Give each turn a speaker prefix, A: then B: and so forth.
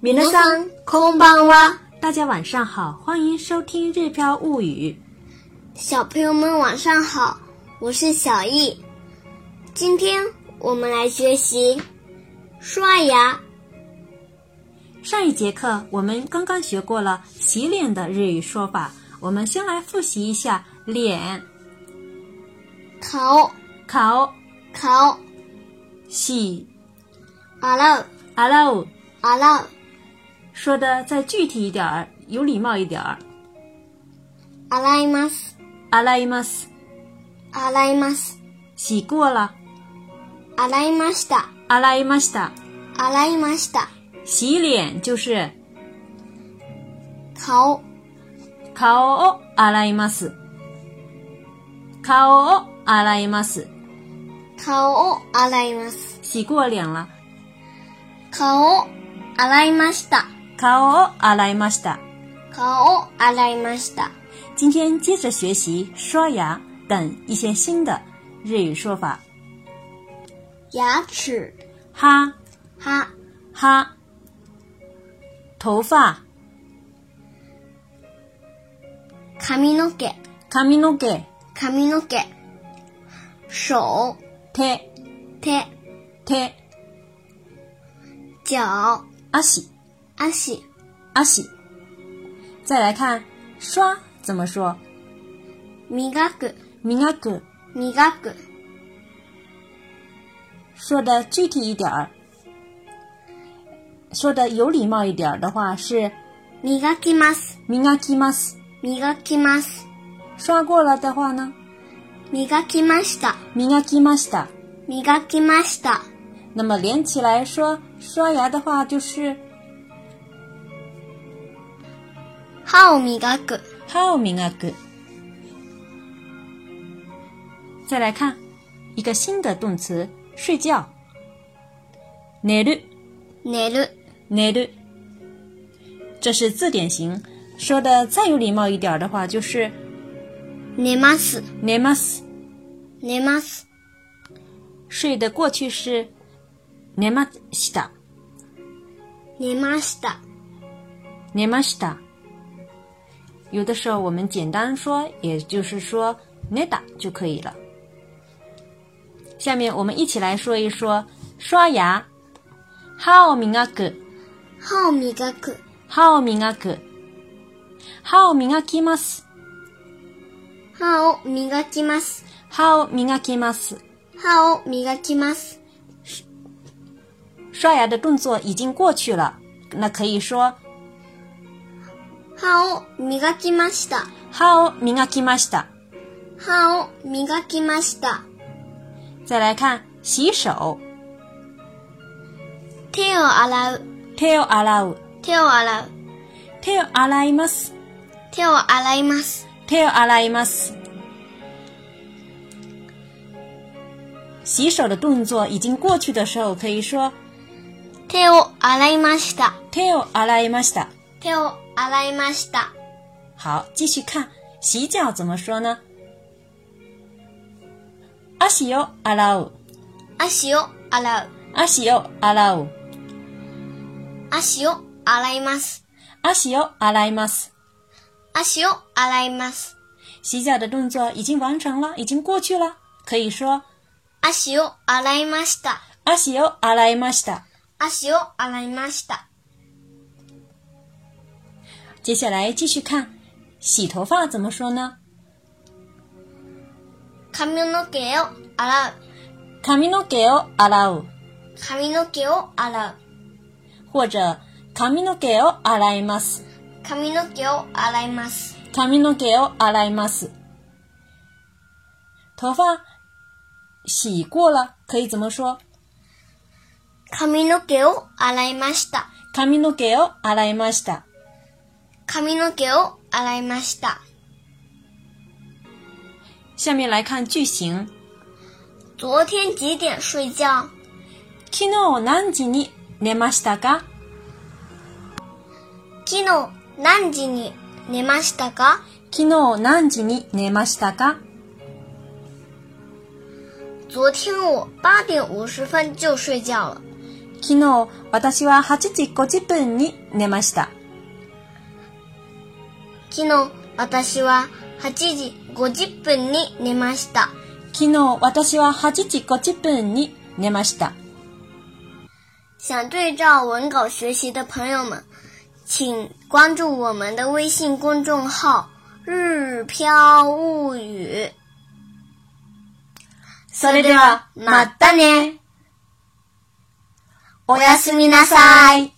A: 皆さんこんばんは。
B: 大家晚上好，欢迎收听《日飘物语
A: 小朋友们晚上好，我是小易。今天我们来学习刷牙。》。
B: 上一节课我们刚刚学过了洗脸的日语说法，我们先来复习一下脸、
A: 顔、
B: 顔、
A: 顔、
B: 洗、
A: 洗う、
B: 阿拉乌。
A: 洗う、
B: 说的再具体一点儿，有礼貌一点儿。
A: 洗います、
B: 阿拉伊马斯，
A: 洗います、
B: 洗过了。
A: 洗いました、
B: 阿拉伊马斯达，
A: 洗いました。
B: 洗脸就是
A: 顔、
B: 顔を洗います。顔を洗います。
A: 顔を洗います。
B: 洗过脸了。
A: 顔を洗いました。
B: 顔を洗いました。
A: 顔を洗いました。
B: 今天接着学习刷牙等一些新的日语说法。
A: 牙齿、
B: 哈
A: 歯、
B: 哈，头发
A: 髪の毛、
B: 髪の毛
A: 髪の毛、手、
B: 手
A: 手、
B: 手
A: 脚、
B: 足
A: 足、
B: 足。再来看刷怎么说？
A: 磨く、
B: 磨く
A: 磨く、
B: 说的具体一点儿，说的有礼貌一点儿的话是
A: 磨きます、
B: 磨きます。
A: 磨きます、
B: 刷过了的话呢，
A: 磨きました、
B: 磨きました。
A: 磨きました、
B: 那么连起来说刷牙的话就是
A: 歯を磨く、
B: 歯を磨く。再来看一个新的动词，睡觉。寝る，
A: 寝る、
B: 寝る。这是字典型，说的再有礼貌一点儿的话就是
A: 寝ます、
B: 寝ます。
A: 寝ます、
B: 睡的过去式寝ました，
A: 寝ました、
B: 寝ました。有的时候我们简单说，也就是说寝た就可以了。下面我们一起来说一说刷牙，歯を磨く，
A: 歯を磨く、
B: 歯を磨く，歯を磨きます，
A: 歯を磨きます、
B: 歯を磨きます。
A: 歯を磨きます、
B: 刷牙的动作已经过去了，那可以说
A: 歯を磨きました、
B: 歯を磨きました。
A: 歯を磨きました、
B: 再来看洗手，
A: 手を洗う、
B: 手を洗う。
A: 手を洗う、
B: 手を洗います。
A: 手を洗います、
B: 手を洗います。洗手的动作已经过去的时候，可以说
A: 手を洗いました、
B: 手を洗いました。
A: 手を洗いました、
B: 好，继续看洗脚怎么说呢？足を洗う。
A: 足を洗う、
B: 足を洗う。
A: 足を洗います、
B: 足を洗います。
A: 足を洗います、
B: 洗脚的动作已经完成了，已经过去了，可以说
A: 足を洗いました、
B: 足を洗いました。
A: 足を洗いました、
B: 接下来继续看洗头发怎么说呢？
A: 髪の毛を洗う、
B: 髪の毛を洗う。
A: 髪の毛を洗う、
B: 或者髪の毛を洗います。
A: 髪の毛を洗います、
B: 髪の毛を洗います。头发洗过了，可以怎么说？
A: 髪の毛を洗いました、
B: 髪の毛を洗いました。
A: 髪の毛を洗いました、
B: 下面来看句型。
A: 昨天几点睡觉
B: 昨日何時に寝ましたか
A: 昨日何時に寝ましたか
B: 昨日何時に寝ましたか
A: 昨天我八点五十分就睡觉了。
B: 昨日私は8時50分に寝ました。
A: 昨日私は8時50分に寝ました。
B: 昨日私は8時50分に寝ました。
A: 想对照文稿学习的朋友们，请关注我们的微信公众号“日飘物语”。
B: それでは、ま
A: たね。おやすみなさい。